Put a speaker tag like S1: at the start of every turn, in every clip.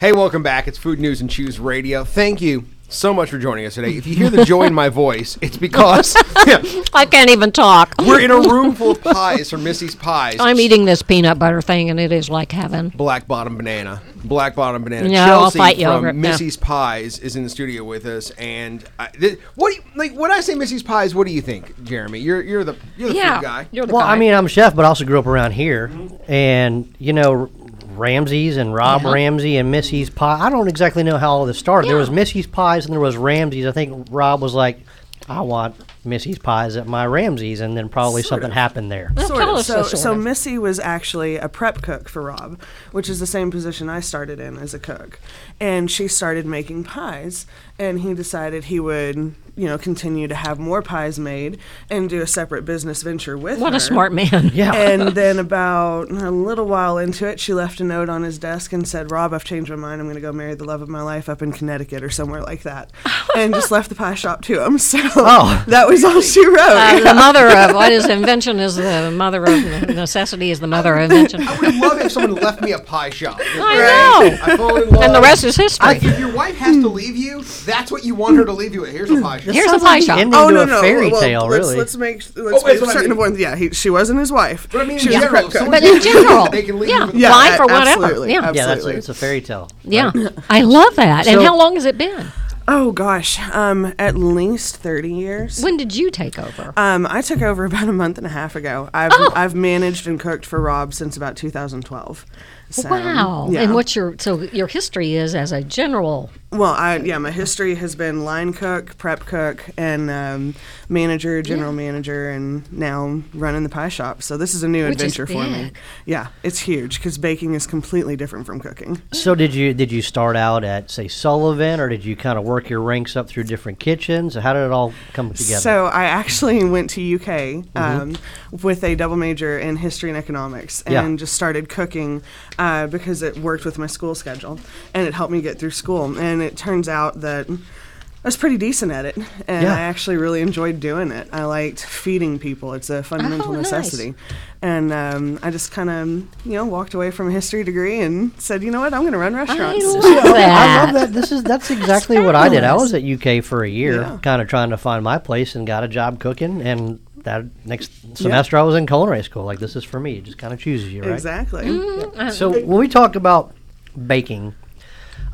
S1: Hey, welcome back. It's Food News and Choose Radio. Thank you so much for joining us today. If you hear the joy in my voice, it's because yeah,
S2: I can't even talk.
S1: we're in a room full of pies from Missy's Pies.
S2: I'm eating this peanut butter thing, and it is like heaven.
S1: Black Bottom Banana. Black Bottom Banana.
S2: No, I'll
S1: Chelsea
S2: fight you
S1: from
S2: over it. No.
S1: Missy's Pies is in the studio with us, and I, th- what do you, like when I say Missy's Pies, what do you think, Jeremy? You're you're the you're the food guy.
S2: you're the
S3: Well,
S2: guy.
S3: I mean, I'm a chef, but I also grew up around here, and you know, Ramsey's and Rob
S2: Yeah.
S3: Ramsey and Missy's Pie. I don't exactly know how all this started. There was
S2: Yeah.
S3: Missy's Pies and there was Ramsey's. I think Rob was like, "I want Missy's Pies at my Ramsey's," and then probably something happened there.
S2: Well,
S4: Sort
S2: tell
S4: of.
S2: us
S4: So,
S2: the sort
S4: so
S2: of.
S4: Missy was actually a prep cook for Rob, which is the same position I started in as a cook. And she started making pies, and he decided he would, you know, continue to have more pies made and do a separate business venture with
S2: what
S4: her.
S2: a smart man.
S3: Yeah.
S4: and then about a little while into it, she left a note on his desk and said, "Rob, I've changed my mind. I'm going to go marry the love of my life up in Connecticut or somewhere like that," and just left the pie shop to him. So that was all she wrote.
S2: Uh, the mother of what is invention is the mother of necessity is the mother of invention,
S1: I would love if someone left me a pie shop.
S2: I
S1: I fall in love.
S2: and the rest is history.
S1: If your wife has to leave you, that's what you want her to leave you with. Here's a pie shop.
S2: Here's a
S3: Sounds
S2: pie
S3: like the
S2: shop. Oh,
S3: ending to a fairy
S4: Oh, well,
S3: tale,
S4: let's,
S3: really.
S4: Let's make let's
S1: Oh, wait,
S4: make
S1: that's what I
S4: certain
S1: mean.
S4: one. Yeah, he, she wasn't his wife.
S1: But I mean, in
S4: she was a
S1: general,
S4: prep
S1: if
S4: cook.
S1: someone
S2: But in
S1: leaves you,
S2: general,
S1: they can leave
S2: yeah,
S1: you with
S4: Yeah,
S2: life
S4: a-
S2: or whatever.
S4: absolutely,
S2: yeah,
S4: absolutely.
S3: yeah, that's it's a fairy tale.
S2: yeah, I love that. and
S3: So-
S2: how long has it been?
S4: Oh gosh, um, at least thirty years.
S2: When did you take over?
S4: Um, I took over about a month and a half ago. I've
S2: Oh.
S4: I've managed and cooked for Rob since about 2012. So,
S2: wow.
S4: yeah.
S2: And what's your so your history is as a general?
S4: Well, I yeah, my history has been line cook, prep cook, and um, manager, general manager, and now running the pie shop. So this is a new
S2: Which is
S4: adventure for me.
S2: big.
S4: Yeah, it's huge because baking is completely different from cooking.
S3: So did you did you start out at say Sullivan, or did you kind of work your ranks up through different kitchens? How did it all come together?
S4: So I actually went to UK
S2: Mm-hmm.
S4: um, with a double major in history and economics, and
S3: Yeah.
S4: just started cooking uh, because it worked with my school schedule, and it helped me get through school. And it turns out that I was pretty decent at it, and
S3: Yeah.
S4: I actually really enjoyed doing it. I liked feeding people; it's a fundamental
S2: Oh, nice.
S4: necessity. And um, I just kind of, you know, walked away from a history degree and said, you know what, I'm going to run
S2: I
S4: restaurants.
S2: love
S3: I
S2: that.
S3: love that. This is that's exactly what I did. I
S2: fabulous.
S3: was at UK for a year,
S4: Yeah.
S3: kind of trying to find my place, and got a job cooking. And that next semester, I was in culinary school. Like this is for me. It just kind of chooses you, right?
S4: Exactly.
S2: Mm.
S3: So when we talk about baking,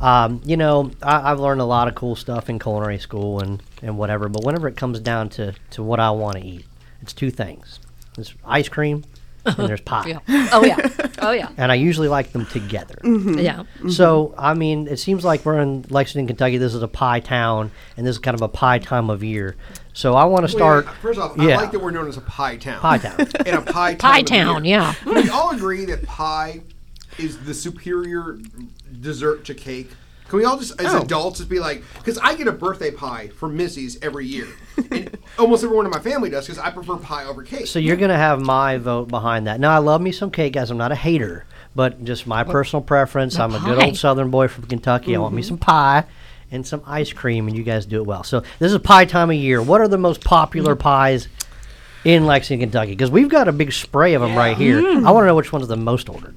S3: um, you know, I, I've learned a lot of cool stuff in culinary school and and whatever. But whenever it comes down to to what I want to eat, it's two things: it's ice cream and there's pie.
S2: Yeah. Oh yeah. Oh yeah.
S3: And I usually like them together.
S2: Yeah.
S1: Mm-hmm.
S3: So, I mean, it seems like we're in Lexington, Kentucky. This is a pie town, and this is kind of a pie time of year. So, I want to start.
S1: First off, I
S3: yeah,
S1: like that we're known as a pie town.
S3: pie town.
S1: In a pie town.
S2: Pie
S1: of
S2: town.
S1: beer.
S2: Yeah.
S1: We all agree that pie is the superior dessert to cake. Can we all just, as
S4: Oh.
S1: adults, just be like, because I get a birthday pie from Missy's every year. And almost everyone in my family does because I prefer pie over cake.
S3: so, you're going to have my vote behind that. Now, I love me some cake, guys. I'm not a hater, but just my personal preference. I'm a good
S2: pie.
S3: old Southern boy from Kentucky. I
S1: Mm-hmm.
S3: want me some pie and some ice cream, and you guys do it well. So, this is pie time of year. What are the most
S1: Mm.
S3: popular pies? In Lexington, Kentucky, because we've got a big spray of them right here.
S1: Mm.
S3: I want to know which one's the most ordered.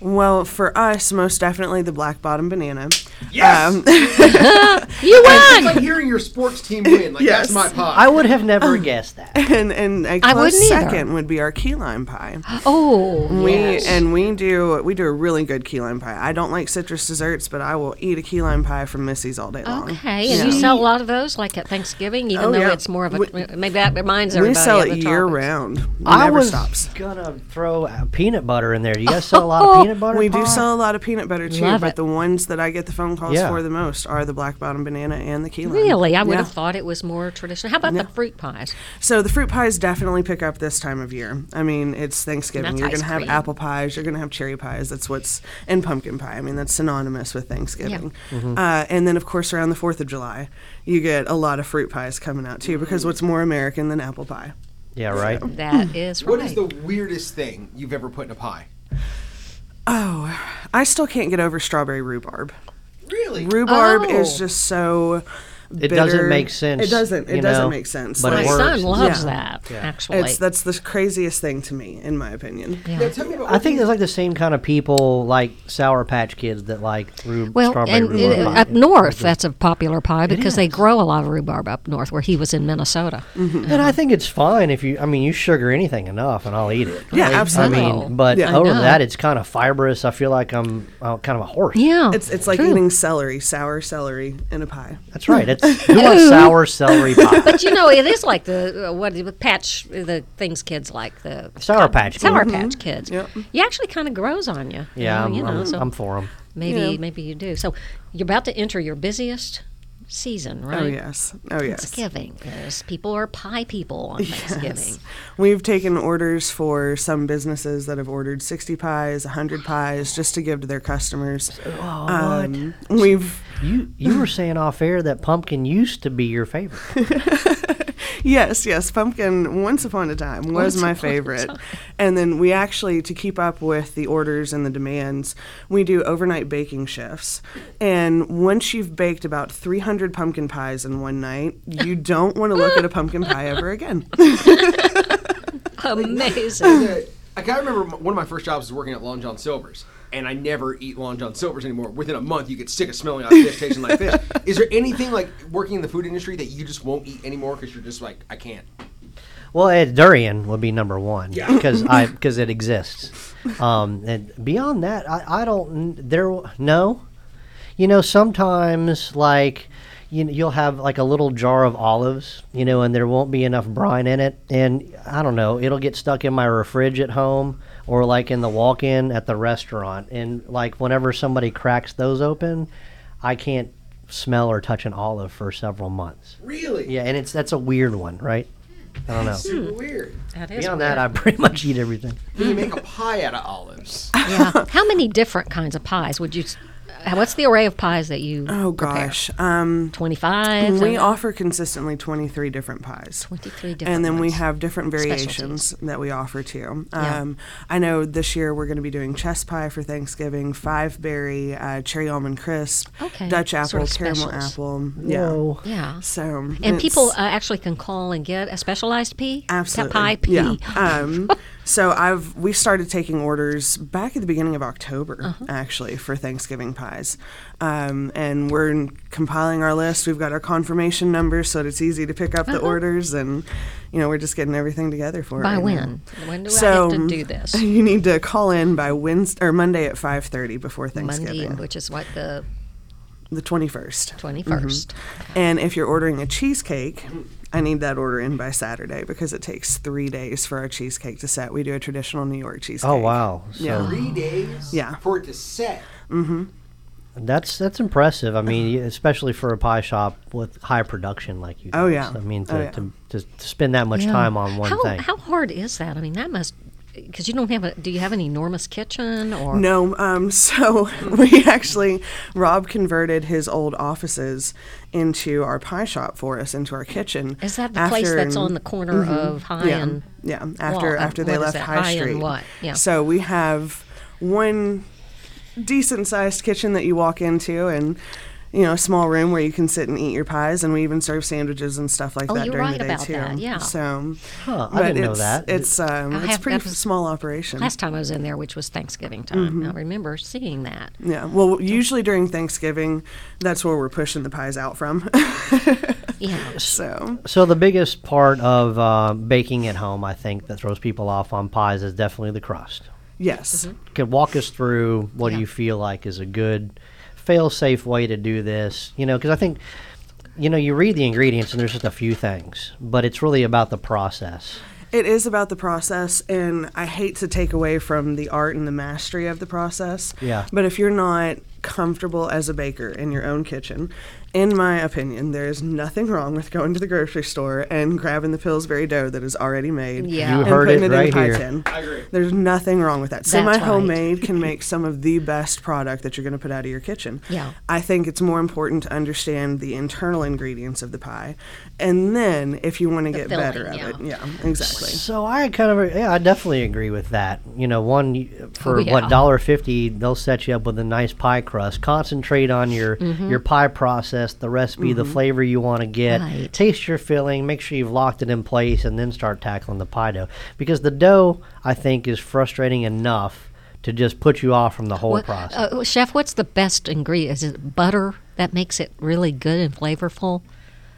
S4: Well, for us, most definitely the black bottom banana. Um,
S1: Yes!
S2: You
S1: it's
S2: won.
S1: like hearing your sports team win. Like,
S4: Yes.
S1: that's my pie.
S3: I would have
S1: Uh.
S3: never guessed that.
S4: and and a
S2: I
S4: close
S2: wouldn't either.
S4: second would be our key lime pie.
S2: Oh.
S4: We
S2: yes.
S4: and we do we do a really good key lime pie. I don't like citrus desserts, but I will eat a key lime pie from Missy's all day long.
S2: Okay, and you sell a lot of those, like at Thanksgiving, even
S4: Oh,
S2: though
S4: yeah.
S2: it's more of a
S4: We-
S2: maybe that reminds everybody.
S4: We sell
S2: of the
S4: it year
S2: topics.
S4: round. It
S3: I
S4: never
S3: was
S4: stops.
S3: gonna throw uh, peanut butter in there. Do you guys sell a lot of peanut butter?
S4: We do
S3: pie?
S4: sell a lot of peanut butter too,
S2: Love
S4: but
S2: it.
S4: the ones that I get the phone calls
S3: Yeah.
S4: for the most are the black bottom banana and the key lime.
S2: Really, I would
S4: Yeah.
S2: have thought it was more traditional. How about the fruit pies?
S4: So the fruit pies definitely pick up this time of year. I mean, it's Thanksgiving.
S2: That's
S4: you're
S2: ice
S4: going to have
S2: cream.
S4: apple pies. You're going to have cherry pies. That's what's and pumpkin pie. I mean, that's synonymous with Thanksgiving.
S3: Mm-hmm.
S4: Uh, and then, of course, around the Fourth of July, you get a lot of fruit pies coming out too,
S2: Mm-hmm.
S4: because what's more American than apple pie?
S3: Yeah, right.
S4: Hmm.
S2: That is right.
S1: What is the weirdest thing you've ever put in a pie?
S4: Oh, I still can't get over strawberry rhubarb.
S1: Really?
S4: Rhubarb is
S2: Oh.
S4: just so
S3: It doesn't
S4: bitter-
S3: make sense,
S4: It doesn't. It
S3: you
S4: doesn't
S3: know,
S4: make sense.
S3: but it
S2: My
S4: Like,
S3: works.
S2: son loves
S4: Yeah.
S2: that, actually.
S4: it's that's the craziest thing to me, in my opinion.
S1: Yeah, tell me about
S3: I
S1: what
S3: think
S1: you-
S3: it's like the same kind of people like Sour Patch Kids that like rhubarb.
S2: well,
S3: strawberry
S2: and
S3: rhubarb
S2: uh,
S3: pie.
S2: up north, that's a popular pie because they grow a lot of rhubarb up north where he was in Minnesota.
S4: Mm-hmm.
S3: And I think it's fine if you. I mean, you sugar anything enough, and I'll eat it.
S4: Yeah,
S3: I-
S4: absolutely.
S3: I mean, but
S4: Yeah. I
S3: over
S2: know.
S3: that, it's kind of fibrous. I feel like I'm uh, kind of a horse.
S2: Yeah.
S4: It's it's like
S2: Oh, true.
S4: eating celery, sour celery in a pie.
S3: That's right. It's who wants sour celery pie?
S2: But you know, it is like the uh, what the patch, the things kids like the
S3: Sour Patch. Kids.
S2: Sour Patch Kids.
S4: Mm-hmm. Yep.
S2: He actually kind of grows on you.
S3: Yeah, I'm,
S2: you know,
S3: I'm,
S2: so
S3: I'm for them.
S2: maybe
S4: Yeah.
S2: maybe you do. So you're about to enter your busiest season, right?
S4: Oh yes. Oh yes.
S2: Thanksgiving. 'cause people are pie people on Thanksgiving.
S4: We've taken orders for some businesses that have ordered 60 pies, 100 pies, just to give to their customers. Um, we've,
S3: You you were saying off air that pumpkin used to be your favorite.
S4: yes, yes, pumpkin once upon a time was
S2: Once upon
S4: my
S2: a
S4: favorite.
S2: time.
S4: And then we actually, to keep up with the orders and the demands, we do overnight baking shifts. And once you've baked about 300 pumpkin pies in one night, you don't want to look at a pumpkin pie ever again.
S2: Amazing.
S1: Yeah, I kind of remember m- one of my first jobs was working at Long John Silver's, and I never eat Long John Silver's anymore. Within a month, you get sick of smelling like fish, tasting like fish. Is there anything like working in the food industry that you just won't eat anymore because you're just like, I can't?
S3: Well, Ed, durian would be number one
S1: Yeah.
S3: because I because it exists. Um, and beyond that, I, I don't. There no, you know sometimes like. You, you'll have like a little jar of olives, you know, and there won't be enough brine in it. And I don't know, it'll get stuck in my refrige at home or like in the walk in at the restaurant. And like whenever somebody cracks those open, I can't smell or touch an olive for several months.
S1: Really?
S3: Yeah, and it's that's a weird one, right? I don't know.
S1: Super weird.
S2: That is
S3: Beyond that, I pretty much eat everything.
S1: Then Hmm. you make a pie out of olives.
S2: yeah. How many different kinds of pies would you? s- uh, What's the array of pies that you?
S4: Oh, gosh. Um,
S2: Twenty-five.
S4: we offer consistently 23 different pies.
S2: 23 different
S4: And then we
S2: ones.
S4: have different
S2: Specialties.
S4: variations that we offer too.
S2: Yeah.
S4: Um, I know this year we're going to be doing chess pie for Thanksgiving, five berry, uh, cherry almond crisp,
S2: Okay,
S4: Dutch apple,
S2: sort of
S4: caramel
S2: specials.
S4: apple. Yeah.
S3: Whoa.
S2: Yeah.
S4: So
S2: And
S4: it's-
S2: people uh, actually can call and get a specialized pea.
S4: Absolutely.
S2: Pie pea.
S4: Yeah. Um, so I've we started taking orders back at the beginning of October,
S2: Uh-huh.
S4: actually, for Thanksgiving pies, um, and we're in- compiling our list. We've got our confirmation numbers, so that it's easy to pick up the orders, and you know we're just getting everything together for it.
S2: Uh-huh. By
S4: right now.
S2: when? When do I have to
S4: So,
S2: do this?
S4: You need to call in by Wednesday or Monday at five thirty before
S2: Monday,
S4: Thanksgiving, Mm-hmm.
S2: which is what the
S4: the twenty first.
S2: 21st.
S4: And if you're ordering a cheesecake, I need that order in by Saturday because it takes three days for our cheesecake to set. We do a traditional New York cheesecake.
S3: Oh wow. So
S4: Yeah.
S1: Three days
S4: Yeah.
S1: for it to set.
S4: Mm-hmm.
S3: that's that's impressive. I mean, especially for a pie shop with high production like you.
S4: Oh,
S3: guys.
S4: yeah.
S3: I mean, to,
S4: Oh, yeah.
S3: to, to, to spend that much
S2: Yeah.
S3: time on one
S2: how,
S3: thing.
S2: How hard is that? I mean, that must because you don't have a. Do you have an enormous kitchen or?
S4: No, um, so we actually, Rob converted his old offices into our pie shop for us, into our kitchen.
S2: Is that the place
S4: after-
S2: that's on the corner of High
S4: Mm-hmm. yeah,
S2: and?
S4: yeah, after
S2: Wall, uh,
S4: after they
S2: what is
S4: left
S2: that?
S4: High,
S2: High and
S4: Street.
S2: what? Yeah.
S4: So we have one decent sized kitchen that you walk into and you know, a small room where you can sit and eat your pies and we even serve sandwiches and stuff like
S2: Oh,
S4: that
S2: you're
S4: during
S2: right
S4: the day
S2: about
S4: too.
S2: that, yeah.
S4: So
S3: Huh, I
S4: but
S3: didn't know
S4: it's-
S3: that.
S4: It's um
S2: I
S4: it's
S2: have-
S4: pretty
S2: that was-
S4: small operation.
S2: Last time I was in there, which was Thanksgiving time,
S4: Mm-hmm.
S2: I remember seeing that.
S4: yeah. Well usually during Thanksgiving that's where we're pushing the pies out from.
S2: Yeah.
S4: so
S3: So the biggest part of uh, baking at home, I think, that throws people off on pies is definitely the crust.
S4: yes.
S2: Mm-hmm.
S3: Could walk us through what
S2: Yeah.
S3: do you feel like is a good fail-safe way to do this? You know, because I think you know you read the ingredients and there's just a few things, but it's really about the process.
S4: It is about the process, and I hate to take away from the art and the mastery of the process.
S3: Yeah.
S4: But if you're not comfortable as a baker in your own kitchen, in my opinion, there is nothing wrong with going to the grocery store and grabbing the Pillsbury dough that is already made.
S2: Yeah. You
S4: and
S3: heard
S4: putting
S3: it
S4: in a
S3: right
S4: pie
S3: here.
S4: tin.
S1: I agree.
S4: There's nothing wrong with that. Semi
S2: right.
S4: homemade can make some of the best product that you're going to put out of your kitchen.
S2: Yeah.
S4: I think it's more important to understand the internal ingredients of the pie, and then if you want to get better
S2: filling,
S4: at it,
S2: yeah.
S4: yeah, exactly.
S3: So I kind of yeah, I definitely agree with that. You know, one you- for
S2: Oh, yeah.
S3: what dollar fifty, they'll set you up with a nice pie crust. Concentrate on your
S2: Mm-hmm.
S3: your pie process, the recipe, the flavor you want to get.
S2: Right.
S3: Taste your filling. Make sure you've locked it in place, and then start tackling the pie dough because the dough I think is frustrating enough to just put you off from the whole
S2: What-
S3: process.
S2: uh, chef, what's the best ingredient? Is it butter that makes it really good and flavorful?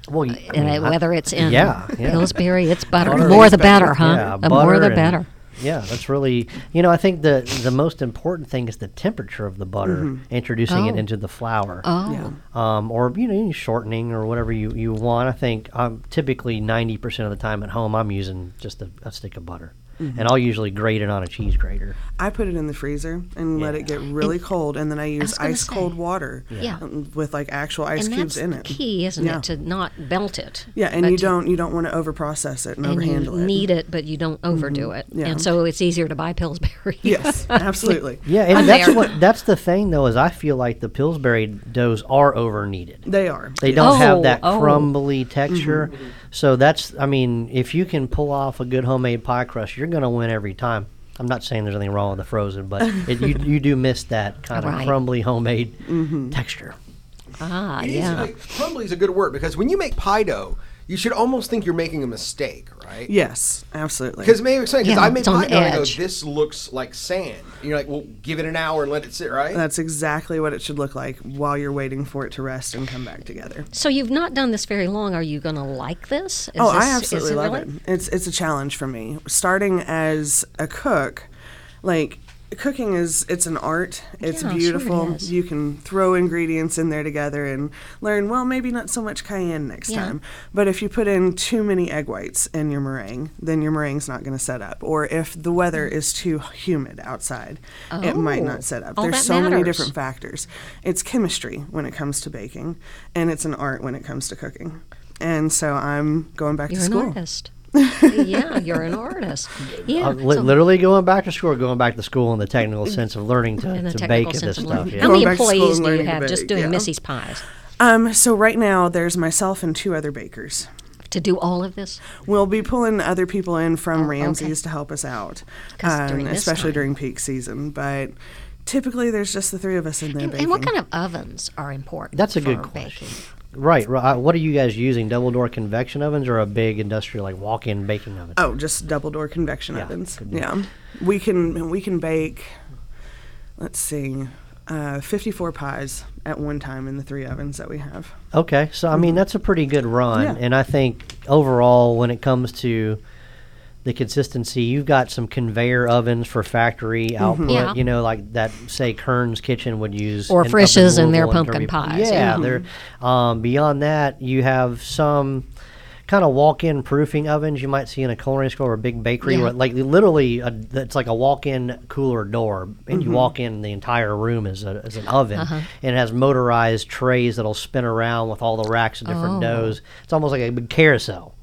S3: well, you- I
S2: And
S3: mean,
S2: uh,
S3: I-
S2: whether it's in
S3: yeah, yeah.
S2: Pillsbury, it's butter.
S3: Butter
S2: more
S4: is
S2: the
S4: better.
S2: better, huh?
S3: Yeah,
S2: the more the
S3: and-
S2: better.
S3: Yeah, that's really you know I think the the most important thing is the temperature of the butter, introducing it
S2: Oh.
S3: into the flour,
S2: Oh,
S3: um, or you know any shortening or whatever you you want. I think um, typically ninety percent of the time at home I'm using just a, a stick of butter,
S2: Mm-hmm.
S3: and I'll usually grate it on a cheese grater.
S4: I put it in the freezer and let it get really cold, and then I use
S2: was gonna
S4: ice cold
S2: say.
S4: water
S2: Yeah.
S4: um, with like actual ice
S2: and
S4: cubes
S2: that's
S4: in
S2: the
S4: it.
S2: key, isn't
S4: Yeah.
S2: it, to not belt it?
S4: Yeah, and
S2: but
S4: you
S2: to-
S4: don't you don't want to overprocess it and,
S2: and you
S4: overhandle it. Mm-hmm.
S2: need it, but you don't overdo it.
S4: Yeah.
S2: And so it's easier to buy Pillsbury.
S4: yes, absolutely.
S3: Yeah, and
S2: I'm
S3: that's
S2: there.
S3: what that's the thing though is I feel like the Pillsbury doughs are over kneaded.
S4: They are.
S3: They don't have
S2: Oh,
S3: that
S2: oh.
S3: crumbly texture. So that's, I mean, if you can pull off a good homemade pie crust, you're going to win every time. I'm not saying there's anything wrong with the frozen, but it, you, you do miss that kind of
S2: Right. Mm-hmm.
S3: crumbly homemade texture.
S2: ah,
S1: It is
S2: yeah.
S1: like- crumbly is a good word because when you make pie dough, you should almost think you're making a mistake, right?
S4: Yes, absolutely.
S1: Because maybe it's because
S2: Yeah,
S1: I made
S2: it's on
S1: pie
S2: the
S1: dough and I go,
S2: edge.
S1: this looks like sand. And you're like, well, give it an hour and let it sit, right?
S4: that's exactly what it should look like while you're waiting for it to rest and come back together.
S2: so you've not done this very long. Are you going to like this? Is
S4: oh,
S2: this,
S4: I absolutely
S2: is
S4: love
S2: really-
S4: it. It's it's a challenge for me. Starting as a cook, like cooking is it's an art. It's
S2: Yeah, sure it
S4: beautiful.
S2: is.
S4: You can throw ingredients in there together and learn, well, maybe not so much cayenne next
S2: Yeah.
S4: time. But if you put in too many egg whites in your meringue, then your meringue's not going to set up. Or if the weather is too humid outside, it might
S2: Mm. Oh.
S4: not set up.
S2: All
S4: There's
S2: that
S4: so many
S2: matters.
S4: different factors. It's chemistry when it comes to baking, and it's an art when it comes to cooking. And so I'm going back
S2: You're
S4: to
S2: an
S4: school.
S2: artist. yeah, you're an artist. Yeah.
S3: Uh, li-
S2: so-
S3: literally going back to school, going back to school in the technical sense of learning
S2: in
S3: to,
S2: the
S3: to bake
S2: technical
S3: this
S2: sense of
S3: stuff.
S2: learning.
S3: Yeah.
S2: How many
S4: Going back to school and
S2: employees do you
S4: learning to
S2: have just
S4: bake,
S2: doing
S4: yeah.
S2: Missy's pies
S4: Um, so right now there's myself and two other bakers.
S2: to do all of this?
S4: We'll be pulling other people in from Ramsey's to help us
S2: Oh,
S4: out, um,
S2: 'Cause during this
S4: especially
S2: time.
S4: during peak season. But typically there's just the three of us in there
S2: And,
S4: baking.
S2: and what kind of ovens are important?
S3: That's a
S2: for
S3: good question.
S2: Baking?
S3: Right, right. Uh, What are you guys using? Double door convection ovens or a big industrial, like walk in baking oven?
S4: Oh, just double door convection ovens.
S3: could be.
S4: Yeah, we can we can bake. Let's see, uh, fifty four pies at one time in the three ovens that we have.
S3: Okay, so I mean
S2: Mm-hmm.
S3: that's a pretty good run,
S4: Yeah.
S3: and I think overall, when it comes to the consistency, you've got some conveyor ovens for
S2: Mm-hmm.
S3: factory output.
S2: Yeah.
S3: You know, like that, say Kern's Kitchen would use,
S2: Or
S3: an oven
S2: Frisch's and their
S3: Louisville
S2: pumpkin
S3: Derby-
S2: pies,
S3: Yeah,
S2: yeah.
S3: they're um, beyond that. You have some kind of walk-in proofing ovens you might see in a culinary school or a big bakery,
S2: Yeah.
S3: where, like literally, a, it's like a walk-in cooler door, and you walk in, and the entire room is, a, is an oven, and it has motorized trays that'll spin around with all the racks of different
S2: Oh.
S3: doughs. It's almost like a big carousel,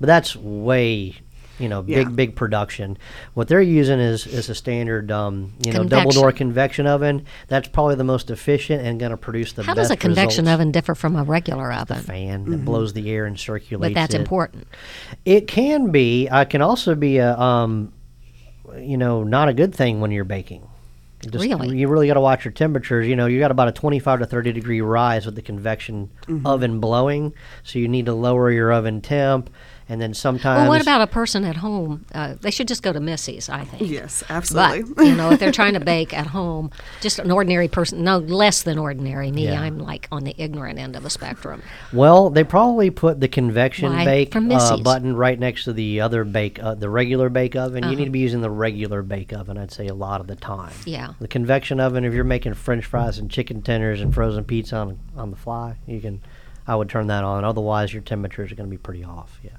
S3: but that's way. You know, big
S4: Yeah.
S3: big production. What they're using is is a standard, um, you know, double door convection oven. That's probably the most efficient and going to produce the
S2: How does
S3: best
S2: a convection
S3: results.
S2: oven differ from a regular oven?
S3: fan that blows the air and circulates.
S2: But that's
S3: it.
S2: important.
S3: It can be. I can also be a, um, you know, not a good thing when you're baking. Just,
S2: Really?
S3: you really got to watch your temperatures. You know, you got about a 25 to 30 degree rise with the convection
S2: Mm-hmm.
S3: oven blowing, so you need to lower your oven temp. And then sometimes,
S2: Well, what about a person at home? Uh, they should just go to Missy's, I think.
S4: Yes,
S2: But
S4: absolutely.
S2: you know, if they're trying to bake at home, just an ordinary person, no less than ordinary me,
S3: Yeah.
S2: I'm like on the ignorant end of the spectrum.
S3: Well, they probably put the convection
S2: Why?
S3: bake
S2: From
S3: uh,
S2: Missy's.
S3: button right next to the other bake, uh, the regular bake oven.
S2: Uh-huh.
S3: You need to be using the regular bake oven, I'd say, a lot of the time.
S2: Yeah.
S3: The convection oven, if you're making French fries and chicken tenders and frozen pizza on on the fly, you can. I would turn that on. Otherwise, your temperatures are going to be pretty off. Yeah.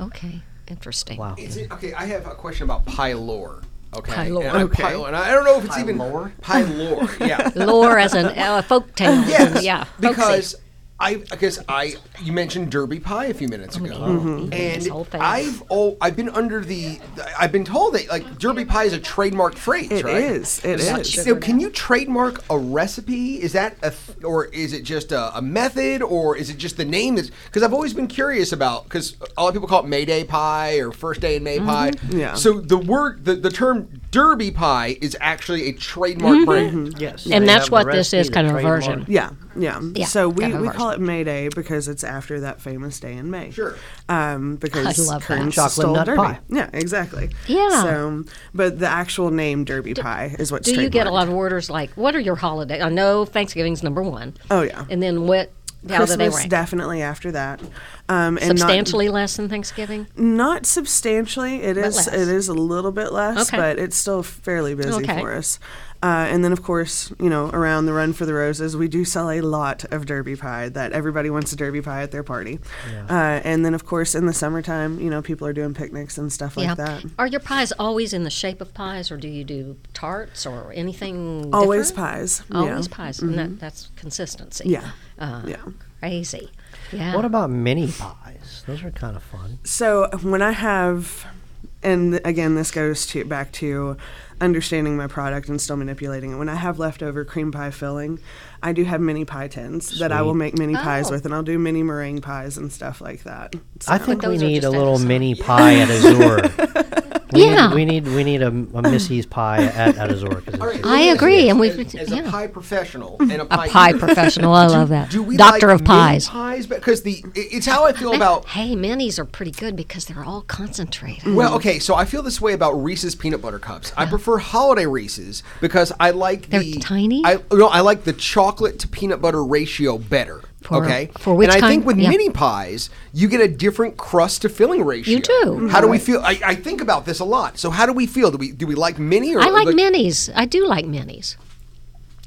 S2: Okay, interesting.
S3: Wow.
S1: Is it, okay, I have a question about pie lore. Okay.
S2: Pie lore.
S1: And I,
S4: Okay.
S1: pie lore- and I don't know if it's
S3: Pie
S1: even
S3: lore?
S1: pie lore. Yeah.
S2: Lore as an uh, folk tale.
S1: Yes,
S2: yeah, folksy.
S1: Because I because I you mentioned Derby Pie a few minutes ago,
S4: Mm-hmm.
S2: His whole face.
S1: and I've oh I've been under the I've been told that like Derby Pie is a trademark phrase.
S4: It
S1: right?
S4: is, it is.
S1: So can you trademark a recipe? Is that a th- or is it just a, a method or is it just the name? Is because I've always been curious about because a lot of people call it Mayday Pie or First Day in May Pie.
S4: Mm-hmm. Yeah.
S1: So the word the, the term Derby pie is actually a
S4: Mm-hmm.
S1: trademark brand.
S3: Yes.
S2: And
S3: they
S2: that's
S3: have the
S2: what this
S3: recipe,
S2: is,
S3: the
S2: kind of a
S3: trademark.
S2: version.
S4: Yeah, yeah.
S2: Yeah,
S4: so we,
S2: kind of
S4: we
S2: ours.
S4: call it May Day because it's after that famous day in May.
S1: Sure.
S4: Um, because
S2: I love that.
S4: Kearns
S3: Chocolate
S4: stole
S3: nut
S4: Derby.
S3: pie.
S4: Yeah, exactly.
S2: Yeah.
S4: So, but the actual name Derby Pie is what's
S2: Do you get a
S4: trademarked.
S2: lot of orders like, what are your holidays? I know Thanksgiving's number one.
S4: Oh, yeah.
S2: And then what, how do they
S4: Christmas
S2: rank?
S4: definitely after that, um, and
S2: Substantially less than Thanksgiving?
S4: Not, not substantially. It is.
S2: less.
S4: It is a little bit less,
S2: Okay.
S4: but it's still fairly busy
S2: Okay.
S4: for us. Uh, and then, of course, you know, around the Run for the Roses, we do sell a lot of Derby pie. That everybody wants a Derby pie at their party. Uh, and then, of course, in the summertime, you know, people are doing picnics and stuff like that.
S2: Are your pies always in the shape of pies, or do you do tarts or anything?
S4: Always
S2: different?
S4: pies.
S2: Always
S4: yeah. Mm-hmm.
S2: pies. And that, that's consistency.
S4: Yeah.
S2: Uh,
S4: Yeah.
S2: Crazy. Yeah.
S3: What about mini pies? Those are kind of fun.
S4: So when I have, and again, this goes to back to understanding my product and still manipulating it. When I have leftover cream pie filling, I do have mini pie tins that I will make mini pies
S2: Oh.
S4: with, and I'll do mini meringue pies and stuff like that. So,
S3: I think we
S2: those are
S3: need a
S2: just
S3: little
S2: outside.
S3: mini pie at Azure. We
S2: Yeah.
S3: Need, we need we need a, a Missy's pie at, at Azure. 'cause
S1: All
S3: it's-
S1: right,
S2: I
S1: let me ask
S2: agree,
S1: you
S2: and
S1: this.
S2: we've-
S1: as, as
S2: yeah. Mm.
S1: a pie professional and a pie,
S2: A pie
S1: eater,
S2: professional. I love that.
S1: Do we
S2: Doctor
S1: like
S2: of pies.
S1: mini pies because the i- it's how I feel about.
S2: Hey, minis are pretty good because they're all concentrated.
S1: Well, okay, so I feel this way about Reese's peanut butter cups. I prefer holiday Reese's because I like
S2: They're
S1: the
S2: tiny?
S1: I no, I like the chocolate to peanut butter ratio better.
S2: For-
S1: okay,
S2: for which
S1: and I
S2: kind?
S1: think with
S2: Yeah.
S1: mini pies, you get a different crust to filling ratio.
S2: You do.
S1: How do we feel? I, I think about this a lot. So how do we feel? Do we do we like mini or
S2: I like minis. I do like minis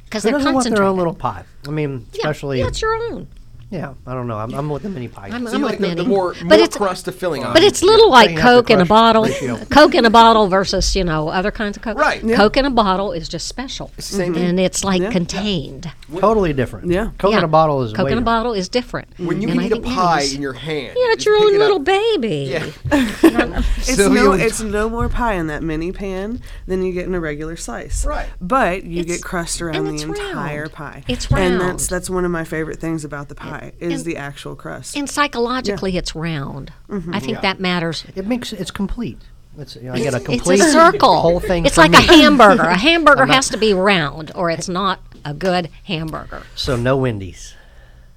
S2: because
S3: Who
S2: they're
S3: doesn't want
S2: concentrated.
S3: their own little pie? I mean,
S2: yeah,
S3: especially
S2: yeah, it's your own.
S3: yeah, I don't know. I'm, I'm with the mini pie.
S2: I'm,
S1: So
S2: I'm
S1: you
S2: with
S1: like the, the
S2: mini.
S1: more,
S2: But
S1: more
S2: it's-
S1: crust to filling on
S2: But
S1: it.
S2: it's little like
S3: Cleaning out the
S2: Coke in a
S3: crush
S2: bottle.
S3: ratio.
S2: Coke in a bottle versus you know other kinds of Coke.
S1: Right, yeah.
S2: Coke in a bottle is just special, Mm-hmm.
S1: the same thing.
S2: and it's like contained.
S3: totally different.
S4: Yeah.
S3: Coke in
S2: Yeah.
S3: a bottle is
S2: Coke
S3: way
S2: in a
S3: different.
S2: bottle is different.
S1: when you can
S2: and I
S1: eat a
S2: think
S1: pie
S2: minis-
S1: in your hand.
S2: yeah, it's
S1: just
S2: your
S1: pick
S2: own
S1: it up.
S2: little baby.
S1: Yeah.
S4: it's
S1: So
S4: no,
S1: you-
S4: it's no more pie in that mini pan than you get in a regular slice.
S1: Right.
S4: But you
S2: It's-
S4: get crust around
S2: and
S4: the
S2: it's
S4: entire
S2: round.
S4: pie.
S2: It's
S4: And
S2: round.
S4: that's that's one of my favorite things about the pie is
S2: and-
S4: the actual crust.
S2: And psychologically, it's round.
S1: Mm-hmm.
S2: I think that matters.
S3: It makes it's complete. It's you know, I get a
S2: It's
S3: complete
S2: a circle.
S3: whole thing.
S2: it's
S3: for
S2: like
S3: me.
S2: a hamburger. A hamburger has to be round, or it's not a good hamburger.
S3: So no Wendy's.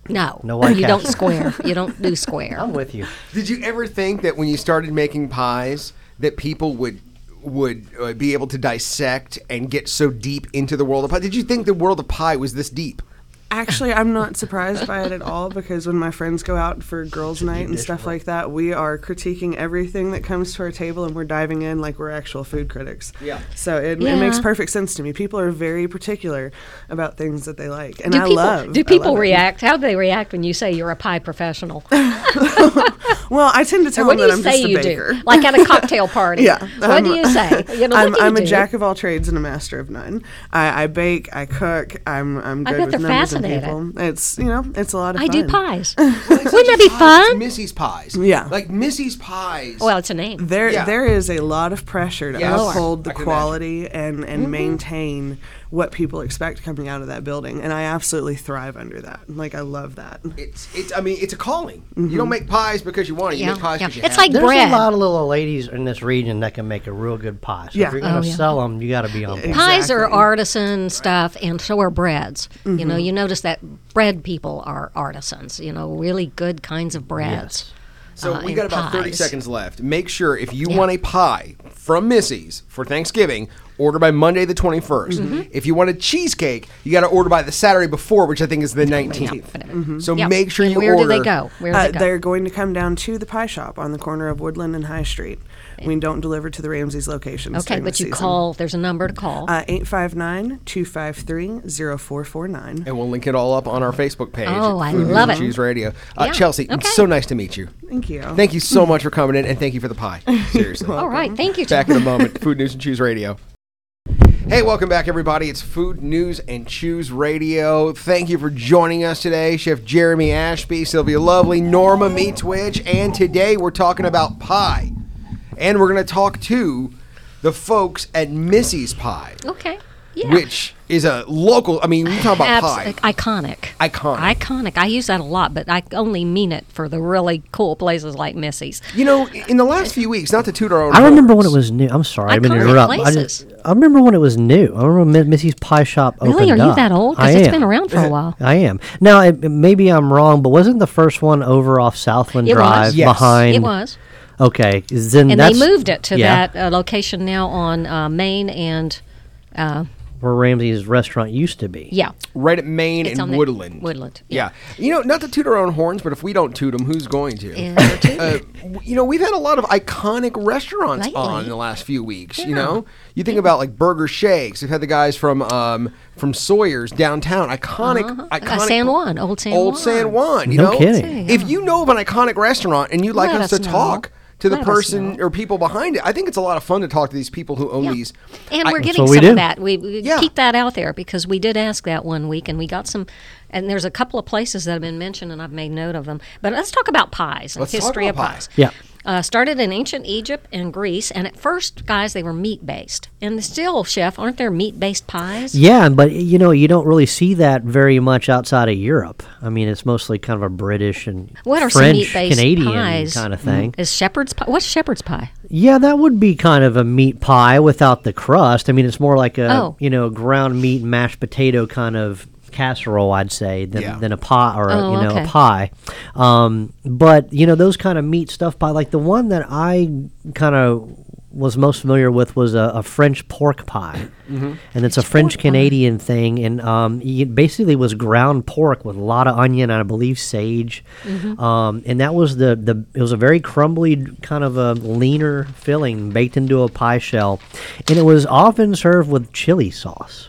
S2: No,
S3: No white
S2: you don't
S3: castle.
S2: square. You don't do square.
S3: I'm with you.
S1: Did you ever think that when you started making pies that people would would uh, be able to dissect and get so deep into the world of pie? Did you think the world of pie was this deep?
S4: Actually, I'm not surprised by it at all because when my friends go out for girls' night and stuff like that, we are critiquing everything that comes to our table and we're diving in like we're actual food critics.
S1: Yeah.
S4: So it, it makes
S2: Yeah.
S4: perfect sense to me. People are very particular about things that they like, and
S2: Do
S4: I
S2: people,
S4: love.
S2: do
S4: I
S2: people
S4: love it.
S2: react? How do they react when you say you're a pie professional?
S4: Well, I tend to tell
S2: what do
S4: them that
S2: you
S4: I'm
S2: say
S4: just a
S2: you
S4: baker.
S2: do? Like at a cocktail party.
S4: Yeah,
S2: What
S4: I'm-
S2: do you say? You know,
S4: I'm,
S2: what do you
S4: I'm a
S2: do?
S4: jack of all trades and a master of none. I, I bake, I cook, I'm I'm
S2: I
S4: good
S2: bet
S4: with
S2: they're
S4: numbers
S2: fascinated.
S4: and people. It's you know, it's a lot of
S2: I
S4: fun.
S2: do pies. Wouldn't that be fun?
S1: Missy's pies.
S4: Yeah.
S1: Like Missy's pies.
S2: Well, it's a name.
S4: There,
S1: Yeah.
S4: there is a lot of pressure to
S1: Yeah. Oh, I-
S4: uphold
S1: I
S4: the
S1: can
S4: quality and,
S2: Mm-hmm.
S4: and maintain what people expect coming out of that building, and I absolutely thrive under that. Like I love that.
S1: it's it's I mean, it's a calling. You don't make pies because you want it. You
S2: Yeah,
S1: make pies
S2: yeah.
S1: because you
S2: It's
S1: have
S2: like
S1: to.
S3: There's
S2: bread.
S3: a lot of little ladies in this region that can make a real good pie. So
S4: Yeah.
S3: if you're gonna
S2: Oh,
S3: 'em,
S2: yeah.
S3: sell them, you got to be on board.
S2: Pies are
S4: Exactly.
S2: artisan stuff, and so are breads. You
S4: Mm-hmm.
S2: know, you notice that bread people are artisans. You know, really good kinds of breads.
S1: So
S2: uh,
S1: we
S2: and
S1: got about 30
S2: pies.
S1: seconds left. Make sure if you want a pie from Missy's for Thanksgiving, order by Monday the 21st.
S2: Mm-hmm.
S1: If you want a cheesecake, you got to order by the Saturday before, which I think is the 19th. Mm-hmm. So
S2: Yep.
S1: make sure
S2: And
S1: you
S2: where
S1: order.
S2: do they go? Where do
S4: Uh,
S2: they go?
S4: they're going to come down to the pie shop on the corner of Woodland and High Street. We don't deliver to the Ramsey's locations.
S2: okay,
S4: during
S2: but
S4: the
S2: you
S4: season.
S2: call. There's a number to call.
S4: uh, 859-253-0449.
S1: And we'll link it all up on our Facebook page.
S2: Oh, I
S1: Food
S2: love it.
S1: Choose Radio. Uh,
S2: Yeah.
S1: Chelsea,
S2: Okay.
S1: so nice to meet you.
S4: Thank you.
S1: Thank you so much for coming in, and thank you for the pie. Seriously.
S2: All
S4: Mm-hmm.
S2: right, thank you.
S1: Back in a moment. Food News and Choose Radio. Hey, welcome back, everybody. It's Food News and Choose Radio. Thank you for joining us today. Chef Jeremy Ashby, Sylvia Lovely, Norma Meatwitch, and today we're talking about pie. And we're going to talk to the folks at Missy's Pie.
S2: okay. Oh, Yeah.
S1: which is a local. I mean, you talk about
S2: Abs-
S1: pie.
S2: Iconic.
S1: Iconic.
S2: Iconic. I use that a lot, but I only mean it for the really cool places like Missy's.
S1: You know, in the last few weeks, not to toot our own.
S3: I remember when
S1: horns,
S3: it was new. I'm sorry, I didn't
S2: Iconic
S3: interrupt. I,
S2: places.
S3: I remember when it was new. I remember Mi- Missy's Pie Shop
S2: Really? Are
S3: opened
S2: you
S3: up.
S2: that old?
S3: I
S2: Because it's
S3: am.
S2: been around for a while.
S3: I am now. It, it- maybe I'm wrong, but wasn't the first one over off Southland
S2: It was.
S3: Drive
S1: Yes.
S3: behind?
S2: It was.
S3: Okay, then
S2: And
S3: that's,
S2: they moved it to
S3: yeah,
S2: that uh, location now on uh, Main and, uh,
S3: where Ramsey's restaurant used to be.
S2: yeah.
S1: right at Maine
S2: It's on
S1: and
S2: the-
S1: Woodland.
S2: Woodland,
S1: Yeah.
S2: yeah.
S1: You know, not to toot our own horns, but if we don't toot them, who's going to?
S2: And number two.
S1: Uh, w- you know, we've had a lot of iconic restaurants
S2: Lately.
S1: on in the last few weeks. You know, you think about like Burger Shakes. We've had the guys from um, from Sawyer's downtown. Iconic,
S2: Uh,
S1: iconic
S2: San Juan, Old San
S1: old
S2: Juan.
S1: San Juan. You
S3: No
S1: know?
S3: kidding.
S1: If you know of an iconic restaurant and you'd like
S2: Let
S1: us to
S2: us know.
S1: talk to the
S2: Let us
S1: person
S2: know.
S1: or people behind it, I think it's a lot of fun to talk to these people who own
S2: Yeah.
S1: these.
S2: And
S1: I-
S2: we're getting
S3: what we
S2: some
S3: do.
S2: of that. We, we
S1: Yeah.
S2: keep that out there because we did ask that one week, and we got some. And there's a couple of places that have been mentioned, and I've made note of them. But let's talk about pies and
S1: Let's talk
S2: history
S1: about
S2: of
S1: pie.
S2: pies.
S3: Yeah.
S2: Uh, started in ancient Egypt and Greece, and at first, guys, they were meat based, and still, chef, aren't there meat based pies?
S3: Yeah, but you know, you don't really see that very much outside of Europe. I mean, it's mostly kind of a British and
S2: What are some
S3: French
S2: meat-based
S3: Canadian
S2: pies? Mm-hmm.
S3: kind of thing.
S2: Is shepherd's pie? What's shepherd's pie?
S3: Yeah, that would be kind of a meat pie without the crust. I mean, it's more like a
S2: Oh.
S3: you know ground meat and mashed potato kind of casserole, I'd say, than,
S1: Yeah.
S3: than a pie or a,
S2: Oh,
S3: you know
S2: okay.
S3: a pie. Um, but you know those kind of meat stuff pie, like the one that I kind of was most familiar with was a, a French pork pie, and it's a French Canadian thing, and um, it basically was ground pork with a lot of onion and I believe sage,
S2: Mm-hmm.
S3: um, and that was the the it was a very crumbly kind of a leaner filling baked into a pie shell, and it was often served with chili sauce.